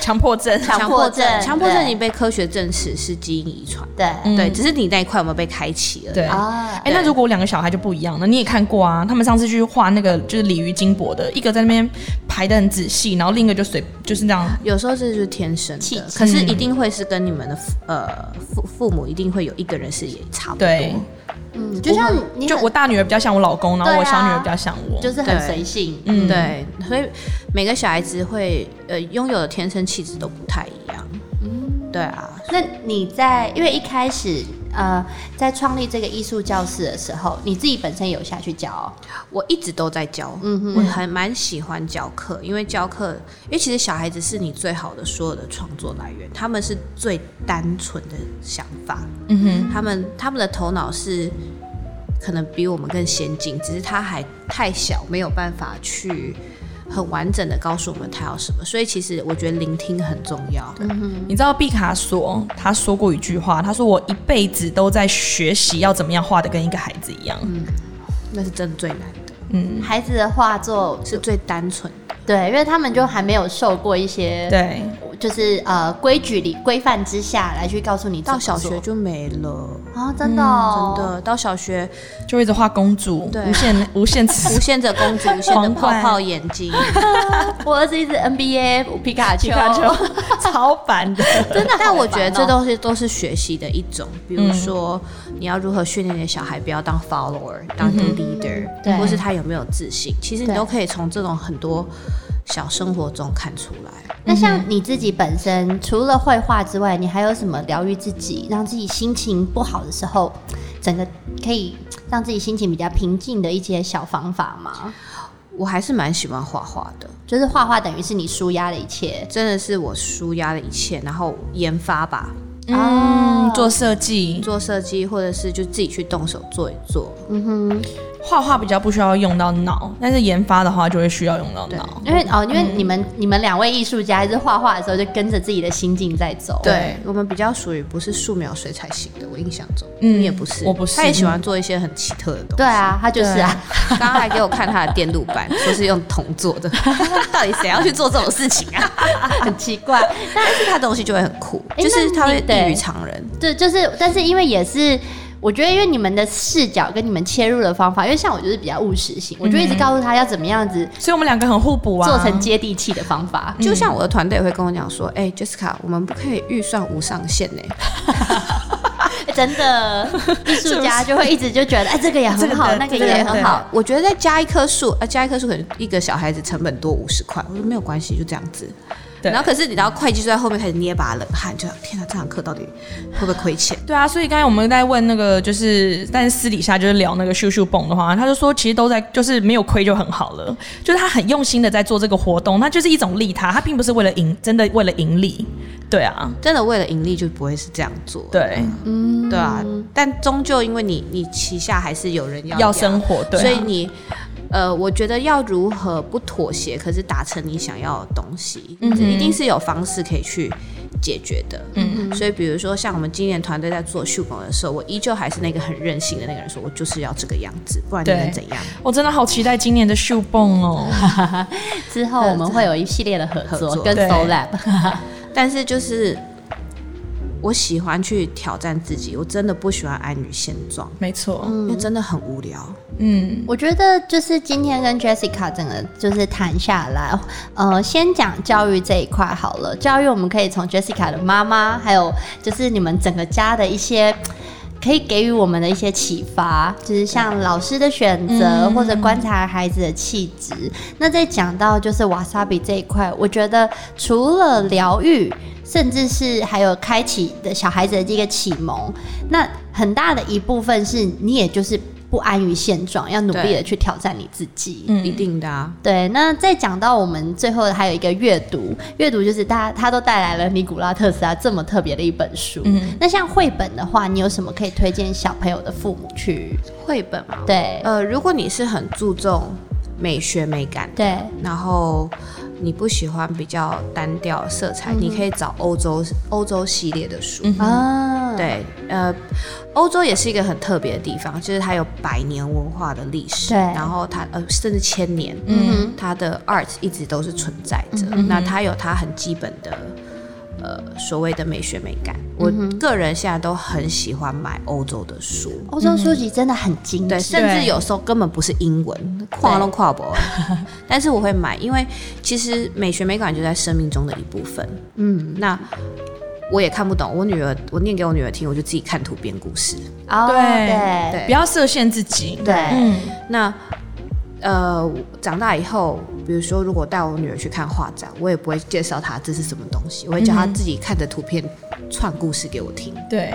Speaker 2: 强迫症。
Speaker 1: 强迫症
Speaker 3: 强迫症
Speaker 1: 对
Speaker 3: 已经被科学证实是基因遗传，
Speaker 1: 对，
Speaker 2: 嗯
Speaker 3: 对，只是你那一块有没有被开启了？
Speaker 2: 对
Speaker 1: 啊，
Speaker 2: 哎、那如果两个小孩就不一样了，你也看过啊？他们上次去画那个就是鲤鱼金箔的，一个在那边排的很仔细，然后另一个就随就是那样。
Speaker 3: 有时候这就是天生
Speaker 1: 气
Speaker 3: 的，
Speaker 1: 质
Speaker 3: 可是
Speaker 2: 嗯
Speaker 3: 一定会是跟你们的父呃父父母一定会有一个人是也差不多，
Speaker 2: 对，
Speaker 1: 嗯，就像你
Speaker 2: 就
Speaker 1: 很
Speaker 2: 我大女儿比较像我老公，然后
Speaker 1: 对啊
Speaker 2: 我小女儿比较像我。
Speaker 1: 就是很
Speaker 3: 对
Speaker 1: 随性，
Speaker 2: 嗯，
Speaker 3: 对，所以每个小孩子会呃拥有的天生气质都不太一样。
Speaker 2: 嗯
Speaker 3: 对啊，
Speaker 1: 那你在因为一开始呃，在创立这个艺术教室的时候，你自己本身有下去教哦、
Speaker 3: 我一直都在教，
Speaker 1: 嗯哼
Speaker 3: 我还蛮喜欢教课，因为教课，因为其实小孩子是你最好的所有的创作来源，他们是最单纯的想法，
Speaker 2: 嗯哼，
Speaker 3: 他们他们的头脑是可能比我们更先进，只是他还太小，没有办法去很完整的告诉我们他要什么，所以其实我觉得聆听很重要。
Speaker 1: 嗯
Speaker 2: 你知道毕卡索他说过一句话，他说我一辈子都在学习要怎么样画的跟一个孩子一样。
Speaker 1: 嗯
Speaker 3: 那是真的最难的，
Speaker 2: 嗯，
Speaker 1: 孩子的画作，
Speaker 3: 是最单纯的。
Speaker 1: 对，因为他们就还没有受过一些
Speaker 2: 对，
Speaker 1: 就是呃规矩里规范之下来去告诉你怎
Speaker 3: 到
Speaker 1: 么
Speaker 3: 小
Speaker 1: 做
Speaker 3: 学就没了，
Speaker 1: 哦，真
Speaker 2: 嗯
Speaker 1: 的、哦
Speaker 3: 真的，到小学
Speaker 2: 就一直画公主，
Speaker 3: 对
Speaker 2: 无限无限次
Speaker 3: 无限的公主，无限的
Speaker 2: 皇
Speaker 3: 泡
Speaker 2: 冠
Speaker 3: 泡眼睛，
Speaker 1: 的， 我儿子一直 NBA 皮卡丘，
Speaker 2: 皮卡丘超烦的。
Speaker 1: 真的好烦哦，
Speaker 3: 但我觉得这东西都是学习的一种，比如说、你要如何训练你的小孩不要当 follower，当 leader，、
Speaker 1: 对
Speaker 3: 或是他有没有自信，其实你
Speaker 1: 对
Speaker 3: 都可以从这种很多小生活中看出来。
Speaker 1: 那像你自己本身，除了绘画之外，你还有什么疗愈自己，让自己心情不好的时候，整个可以让自己心情比较平静的一些小方法吗？
Speaker 3: 我还是蛮喜欢画画的，
Speaker 1: 就是画画等于是你舒压的一切，
Speaker 3: 真的是我舒压的一切，然后研发吧，
Speaker 1: 啊
Speaker 2: 嗯，做设计，
Speaker 3: 做设计或者是就自己去动手做一做，
Speaker 1: 嗯哼，
Speaker 2: 画画比较不需要用到脑，但是研发的话就会需要用到脑。
Speaker 1: 因为哦，因为你
Speaker 3: 嗯
Speaker 1: 们、你们两位艺术家就是画画的时候就跟着自己的心境在走，
Speaker 3: 对我们比较属于不是素描水彩型的，我印象中，
Speaker 2: 嗯
Speaker 3: 你也不是，
Speaker 2: 我不是
Speaker 3: 他也喜欢做一些很奇特的东西。
Speaker 1: 对，啊，他就是啊，
Speaker 3: 刚刚还给我看他的电路 板，说是用铜做的， 到底谁要去做这种事情啊？ 哎
Speaker 1: 很奇怪。
Speaker 3: 但是他东西就会很酷，
Speaker 1: 诶
Speaker 3: 就是他
Speaker 1: 那
Speaker 3: 会
Speaker 1: 你得
Speaker 3: 异于常人。
Speaker 1: 对，就是，但是因为也是，我觉得因为你们的视角跟你们切入的方法，因为像我就是比较务实型，我就
Speaker 3: 嗯
Speaker 1: 一直告诉他要怎么样子
Speaker 2: 所以我们两个很互补啊，
Speaker 1: 做成接地气的方法。
Speaker 3: 就像我的团队也会跟我讲说，哎、j e s s i c a 我们不可以预算无上限 呢、
Speaker 1: 欸真的， 艺术家就会一直就觉得，哎，这个也
Speaker 2: 这
Speaker 1: 很
Speaker 2: 个
Speaker 1: 好，
Speaker 2: 对
Speaker 1: 那个
Speaker 2: 这个
Speaker 1: 也
Speaker 2: 也
Speaker 1: 很
Speaker 2: 对
Speaker 1: 好。
Speaker 3: 我觉得再加一棵树，啊，加一棵树可能一个小孩子成本多五十块，我说没有关系，就这样子。
Speaker 2: 对
Speaker 3: 然后可是你知道会计就在后面开始捏把冷汗，就想天哪，这堂课到底会不会亏钱？
Speaker 2: 对啊，所以刚才我们在问那个，就是但是私底下就是聊那个秀秀蹦的话，他就说其实都在，就是没有亏就很好了，就是他很用心的在做这个活动，那就是一种利他，他并不是为了盈，真的为了盈利，对啊，
Speaker 3: 真的为了盈利就不会是这样做。
Speaker 2: 对，
Speaker 1: 嗯，
Speaker 3: 对啊，但终究因为你你旗下还是有人要
Speaker 2: 要
Speaker 3: 养
Speaker 2: 生活，对啊、
Speaker 3: 所以你。呃，我觉得要如何不妥协，可是达成你想要的东西，
Speaker 2: 嗯哼
Speaker 3: 一定是有方式可以去解决的。
Speaker 2: 嗯
Speaker 3: 所以比如说像我们今年团队在做秀狗的时候，我依旧还是那个很任性的那个人，说我就是要这个样子，不然你
Speaker 2: 对
Speaker 3: 能怎样？
Speaker 2: 我真的好期待今年的秀蹦哦，
Speaker 1: 之后我们会有一系列的合
Speaker 3: 合
Speaker 1: 作
Speaker 3: 作
Speaker 1: 跟
Speaker 2: 对
Speaker 1: Soul Lab，
Speaker 3: 但是就是我喜欢去挑战自己，我真的不喜欢安于现状，
Speaker 2: 没错，
Speaker 3: 因为真的很无聊。
Speaker 2: 嗯，
Speaker 1: 我觉得就是今天跟 Jessica 整个就是谈下来，呃，先讲教育这一块好了。教育我们可以从 Jessica 的妈妈，还有就是你们整个家的一些。可以给予我们的一些启发，就是像老师的选择，
Speaker 2: 嗯
Speaker 1: 或者观察孩子的气质。那再讲到就是 wasabi 这一块，我觉得除了疗愈，甚至是还有开启的小孩子的这个启蒙，那很大的一部分是你也就是不安于现状，要努力的去挑战你自己。
Speaker 2: 嗯
Speaker 3: 一定的啊，
Speaker 1: 对，那再讲到我们最后还有一个阅读，阅读就是大家他都带来了尼古拉特斯拉这么特别的一本书。
Speaker 2: 嗯
Speaker 1: 那像绘本的话，你有什么可以推荐小朋友的父母去？
Speaker 3: 绘本嘛，
Speaker 1: 对、
Speaker 3: 呃，如果你是很注重美学美感的，
Speaker 1: 对，
Speaker 3: 然后你不喜欢比较单调色彩，你可以找欧洲欧洲系列的书。
Speaker 2: 嗯哼
Speaker 1: 啊，，
Speaker 3: 呃对，呃，欧洲也是一个很特别的地方，就是它有百年文化的历史，
Speaker 1: 对
Speaker 3: 然后它呃甚至千年，
Speaker 2: 嗯
Speaker 1: 嗯
Speaker 3: 它的 art 一直都是存在着。那它有它很基本的呃所谓的美学美感。
Speaker 2: 嗯
Speaker 3: 我个人现在都很喜欢买欧洲的书，
Speaker 1: 哼，欧洲书籍真的很精
Speaker 3: 对，
Speaker 1: 致。
Speaker 3: 甚至有时候根本不是英文，跨都跨 不完。但是我会买，因为其实美学美感就在生命中的一部分。嗯，那我也看不懂，我女儿我念给我女儿听，我就自己看图编故事。
Speaker 1: 哦，
Speaker 2: 对
Speaker 1: 对
Speaker 2: 不要设限自己，
Speaker 1: 对
Speaker 2: 嗯，
Speaker 3: 那呃，长大以后，比如说如果带我女儿去看画展，我也不会介绍她这是什么东西，我会叫她自己看着图片串故事给我听。
Speaker 2: 对，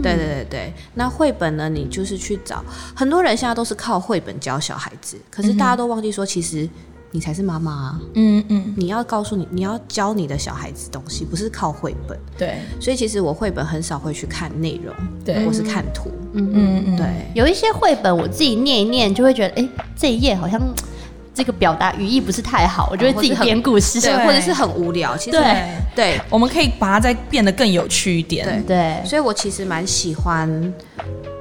Speaker 3: 对对对对，那绘本呢？你就是去找，很多人现在都是靠绘本教小孩子，可是大家都忘记说，其实你才是妈妈、啊，
Speaker 2: 嗯嗯，
Speaker 3: 你要告诉你，你要教你的小孩子东西，不是靠绘本。
Speaker 2: 对
Speaker 3: 所以其实我绘本很少会去看内容，
Speaker 2: 对
Speaker 3: 我是看图，
Speaker 2: 嗯嗯，
Speaker 3: 对。
Speaker 1: 有一些绘本我自己念一念，就会觉得，哎、这一页好像这个表达语义不是太好，我就会
Speaker 3: 哦
Speaker 1: 自己编故事。
Speaker 3: 对，
Speaker 2: 对
Speaker 3: 或者是很无聊，其实
Speaker 1: 对
Speaker 2: 对。
Speaker 3: 对
Speaker 2: 我们可以把它再变得更有趣一点。
Speaker 1: 对，
Speaker 3: 所以我其实蛮喜欢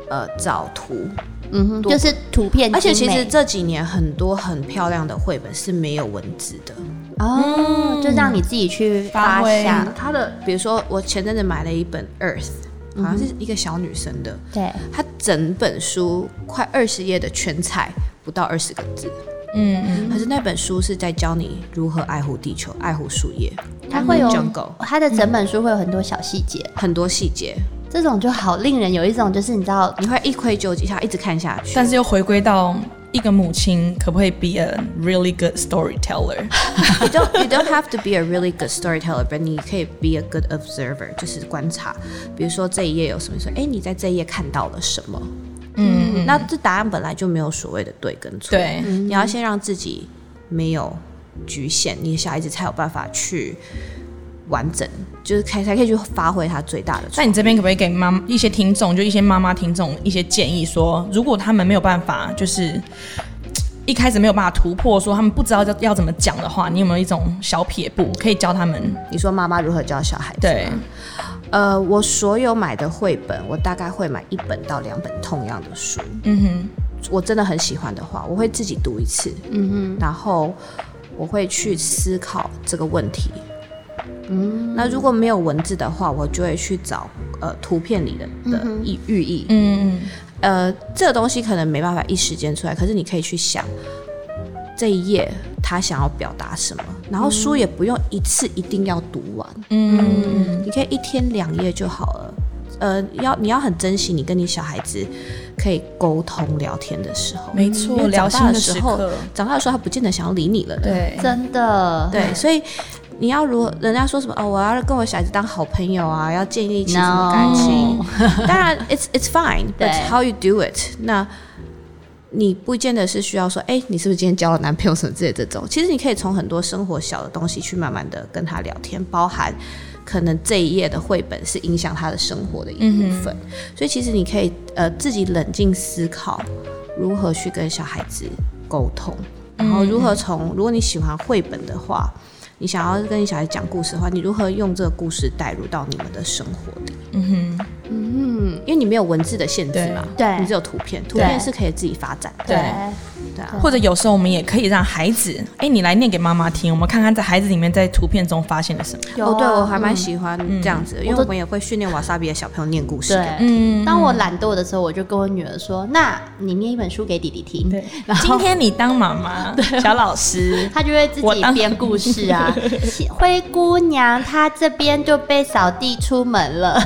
Speaker 3: 呃找图，
Speaker 1: 嗯哼，
Speaker 3: 多
Speaker 1: 就是图片精美，
Speaker 3: 而且其实这几年很多很漂亮的绘本是没有文字的，嗯
Speaker 1: 哦，就让你自己去发
Speaker 2: 发挥
Speaker 1: 想，
Speaker 3: 它啊的比如说我前阵子买了一本《Earth》，好
Speaker 1: 嗯
Speaker 3: 像是一个小女生的，
Speaker 1: 对，
Speaker 3: 她整本书快二十页的全彩。不到二十个字，
Speaker 2: 嗯嗯，
Speaker 3: 可是那本书是在教你如何爱护地球、爱护树叶，
Speaker 1: 它会有
Speaker 3: jungle
Speaker 1: 它的整本书会有很多小细节，
Speaker 3: 很多细节，
Speaker 1: 这种就好令人有一种就是你知道，
Speaker 3: 你会一窥究竟，下一直看下去。
Speaker 2: 但是又回归到一个母亲可不可以 be a really good storyteller？
Speaker 3: you don't you don't have to be a really good storyteller, but 你可以 be a good observer，就是观察。比如说这一页有什么，你说哎，诶你在这一页看到了什么？
Speaker 2: 嗯，
Speaker 3: 那这答案本来就没有所谓的对跟错，
Speaker 2: 对，
Speaker 3: 你要先让自己没有局限，你的小孩子才有办法去完整，就是才才可以去发挥它最大的
Speaker 2: 那
Speaker 3: 创意。
Speaker 2: 你这边可不可以给妈一些听众，就一些妈妈听众一些建议说如果他们没有办法，就是嘖一开始没有办法突破，说他们不知道要要怎么讲的话，你有没有一种小撇步可以教他们？
Speaker 3: 你说妈妈如何教小孩子？
Speaker 2: 对，
Speaker 3: 呃，我所有买的绘本，我大概会买一本到两本同样的书。
Speaker 2: 嗯哼，
Speaker 3: 我真的很喜欢的话，我会自己读一次，嗯哼，然后我会去思考这个问题。嗯，那如果没有文字的话，我就会去找呃图片里的的意寓意。
Speaker 2: 嗯嗯
Speaker 3: 呃，这个东西可能没办法一时间出来，可是你可以去想这一页他想要表达什么，然后书也不用一次一定要读完，
Speaker 2: 嗯
Speaker 3: 你可以一天两页就好了。呃，要你要很珍惜你跟你小孩子可以沟通聊天的时候，
Speaker 2: 没错
Speaker 3: 因为
Speaker 2: 聊心
Speaker 3: 长大的
Speaker 2: 的
Speaker 3: 时
Speaker 2: 时
Speaker 3: 候
Speaker 2: 刻，
Speaker 3: 长大的时候他不见得想要理你了。
Speaker 2: 嗯，对，
Speaker 1: 真的，
Speaker 3: 对，所以你要如何？人家说什么哦，我要跟我小孩子当好朋友啊，要建立起什么感情
Speaker 1: No
Speaker 3: 当 然，it's it's fine，
Speaker 1: 对
Speaker 3: but how you do it？那你不见得是需要说，哎、你是不是今天交了男朋友什么之类的这种。其实你可以从很多生活小的东西去慢慢的跟他聊天，包含可能这一页的绘本是影响他的生活的一部分。
Speaker 1: 嗯
Speaker 3: 所以其实你可以呃自己冷静思考如何去跟小孩子沟通，然后如何从如果你喜欢绘本的话。你想要跟你小孩讲故事的话，你如何用这个故事带入到你们的生活里？
Speaker 2: 嗯哼，
Speaker 1: 嗯，
Speaker 3: 因为你没有文字的限制嘛，
Speaker 1: 对对
Speaker 3: 你只有图片，图片是可以自己发展的，
Speaker 1: 对，
Speaker 3: 对啊，
Speaker 2: 或者有时候我们也可以让孩子，哎，你来念给妈妈听，我们看看在孩子里面在图片中发现了什么。
Speaker 1: 有
Speaker 3: 哦，对
Speaker 1: 啊
Speaker 3: 我还蛮喜欢这样子，因为我们也会训练瓦萨比的小朋友念故事给我们，
Speaker 1: 对。
Speaker 2: 嗯
Speaker 1: 当我懒惰的时候，我就跟我女儿说：“那你念一本书给弟弟听。”
Speaker 2: 对，嗯今天你当妈妈，小老师，
Speaker 1: 他就会自
Speaker 2: 我
Speaker 1: 己
Speaker 2: 当
Speaker 1: 编故事啊。 灰姑娘她这边就被扫地出门 了，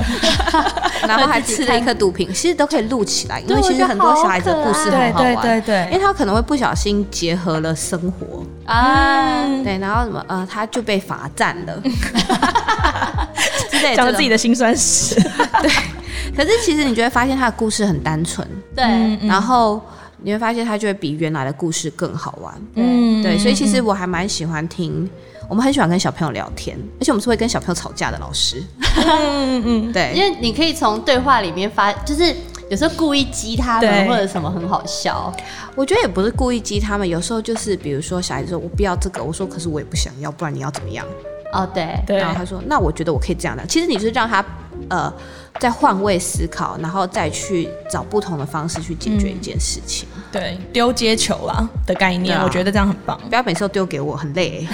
Speaker 3: 然后还吃了一颗毒品，其实都可以录起来，因为其实很多小孩子的故事很好玩，
Speaker 2: 对
Speaker 3: 因为他可能会不小心结合了生活，
Speaker 1: 啊，
Speaker 2: 嗯
Speaker 3: 对，然后什么呃，他就被罚站 了，之类的
Speaker 2: 讲了自己的辛酸史。
Speaker 3: 可是其实你就会发现他的故事很单纯，
Speaker 1: 对，
Speaker 2: 嗯
Speaker 3: 然后你会发现他就会比原来的故事更好玩。
Speaker 2: 嗯
Speaker 3: 对，所以其实我还蛮喜欢听，我们很喜欢跟小朋友聊天，而且我们是会跟小朋友吵架的老师。
Speaker 2: 嗯嗯
Speaker 3: 对
Speaker 1: 因，为你可以从对话里面发，就是有时候故意激他们
Speaker 2: 对
Speaker 1: 或者什么很好笑，
Speaker 3: 我觉得也不是故意激他们，有时候就是比如说小孩子说我不要这个，我说可是我也不想要，不然你要怎么样？
Speaker 1: 哦，对，
Speaker 2: 对
Speaker 3: 然后他说那我觉得我可以这样的。其实你是让他呃在换位思考，然后再去找不同的方式去解决一件事情，
Speaker 2: 对，丢接球啦的概
Speaker 3: 对
Speaker 2: 念，
Speaker 3: 啊
Speaker 2: 我觉得这样很棒。
Speaker 3: 不要每次都丢给我，很累欸、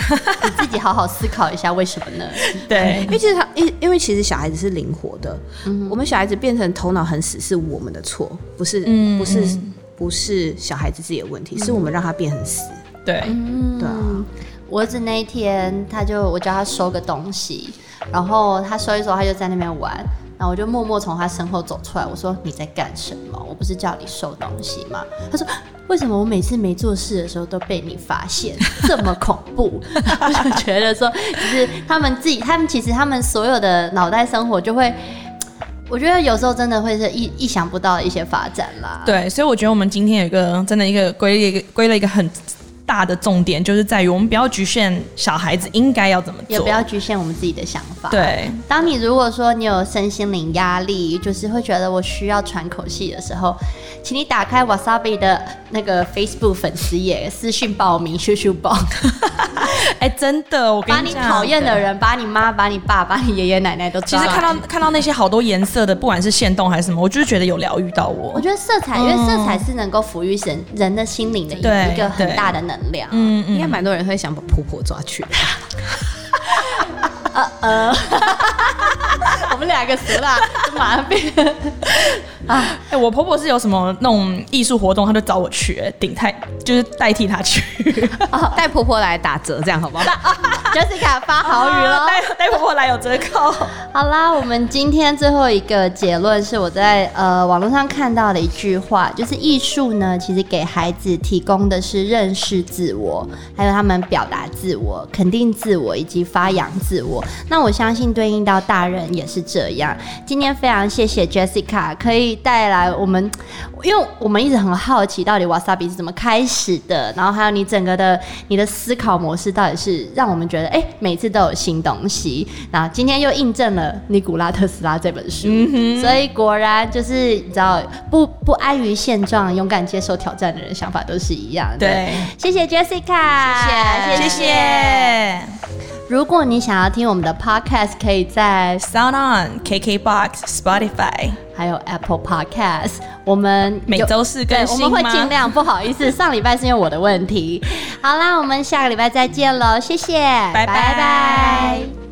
Speaker 1: 你自己好好思考一下为什么 呢？
Speaker 2: 对
Speaker 3: 因，为其实他因因为其实小孩子是灵活的，
Speaker 2: 嗯
Speaker 3: 我们小孩子变成头脑很死是我们的错，不是、
Speaker 2: 嗯
Speaker 3: 不是、
Speaker 2: 嗯
Speaker 3: 不是小孩子自己的问题，是我们让他变很死。
Speaker 2: 对，
Speaker 3: 对啊，
Speaker 2: 嗯
Speaker 1: 我儿子那一天，他就我叫他收个东西，然后他收一收，他就在那边玩，然后我就默默从他身后走出来，我说你在干什么？我不是叫你收东西吗？他说为什么我每次没做事的时候都被你发现，这么恐怖？ 我就觉得说，就是他们自己，他们其实他们所有的脑袋生活就会。我觉得有时候真的会是意意想不到的一些发展啦。
Speaker 2: 对，所以我觉得我们今天有一个真的一个归类一个归类一个很大的重点，就是在于我们不要局限小孩子应该要怎么做，
Speaker 1: 也不要局限我们自己的想法。
Speaker 2: 对，
Speaker 1: 当你如果说你有身心灵压力，就是会觉得我需要喘口气的时候，请你打开 Wasabi 的那个 Facebook 粉丝页，私讯报名，咻咻 报，
Speaker 2: 哎，真的，我
Speaker 1: 把
Speaker 2: 跟
Speaker 1: 你
Speaker 2: 讲
Speaker 1: 讨厌的人，把你妈、把你爸、把你爷爷奶奶都
Speaker 2: 其
Speaker 1: 抓
Speaker 2: 实
Speaker 1: 来。
Speaker 2: 看到看到那些好多颜色的，不管是线动还是什么，我就是觉得有疗愈到
Speaker 1: 我
Speaker 2: 我。
Speaker 1: 觉得色彩，因为色彩是能够抚育人人的心灵的
Speaker 2: 嗯对
Speaker 1: 一一个很大的能量。
Speaker 2: 嗯
Speaker 3: 应该
Speaker 2: 嗯，
Speaker 3: 蛮多人会想把婆婆抓去。
Speaker 1: 我们两个死啦，就马上变。
Speaker 2: 哎，我婆婆是有什么那种艺术活动，她就找我去，哎顶代就是代替 她去。哦
Speaker 3: 带婆婆来打折，这样好不好？
Speaker 1: Jessica 发豪语喽。
Speaker 2: 带带婆婆来有折扣。
Speaker 1: 好啦，我们今天最后一个结论是我在呃网络上看到的一句话，就是艺术呢，其实给孩子提供的是认识自我，还有他们表达自我、肯定自我以及发扬自我。那我相信对应到大人也是这样。今天非常谢谢 Jessica，可以带来呃我们，因为我们一直很好奇到底 wasabi 是怎么开始的，然后还有你整个的你的思考模式到底是让我们觉得哎、每次都有新东西。那今天又印证了尼古拉特斯拉这本书，
Speaker 3: 嗯
Speaker 1: 所以果然就是你知道不不安于现状、勇敢接受挑战的人想法都是一样的。
Speaker 2: 对，
Speaker 1: 谢谢 Jessica，
Speaker 2: 谢
Speaker 3: 谢
Speaker 1: 谢
Speaker 2: 谢。
Speaker 1: 如果你想要听我们的 podcast，可以在
Speaker 2: Sound On、KKBox、Spotify，
Speaker 1: 还有 Apple Podcast，我们
Speaker 2: 每
Speaker 1: 有
Speaker 2: 周四
Speaker 1: 对
Speaker 2: 更
Speaker 1: 我
Speaker 2: 新
Speaker 1: 们会
Speaker 2: 吗
Speaker 1: 尽量。不好意 思，上礼拜是因为我的问题。好啦，我们下个礼拜再见喽，谢谢，
Speaker 2: 拜拜
Speaker 1: 拜拜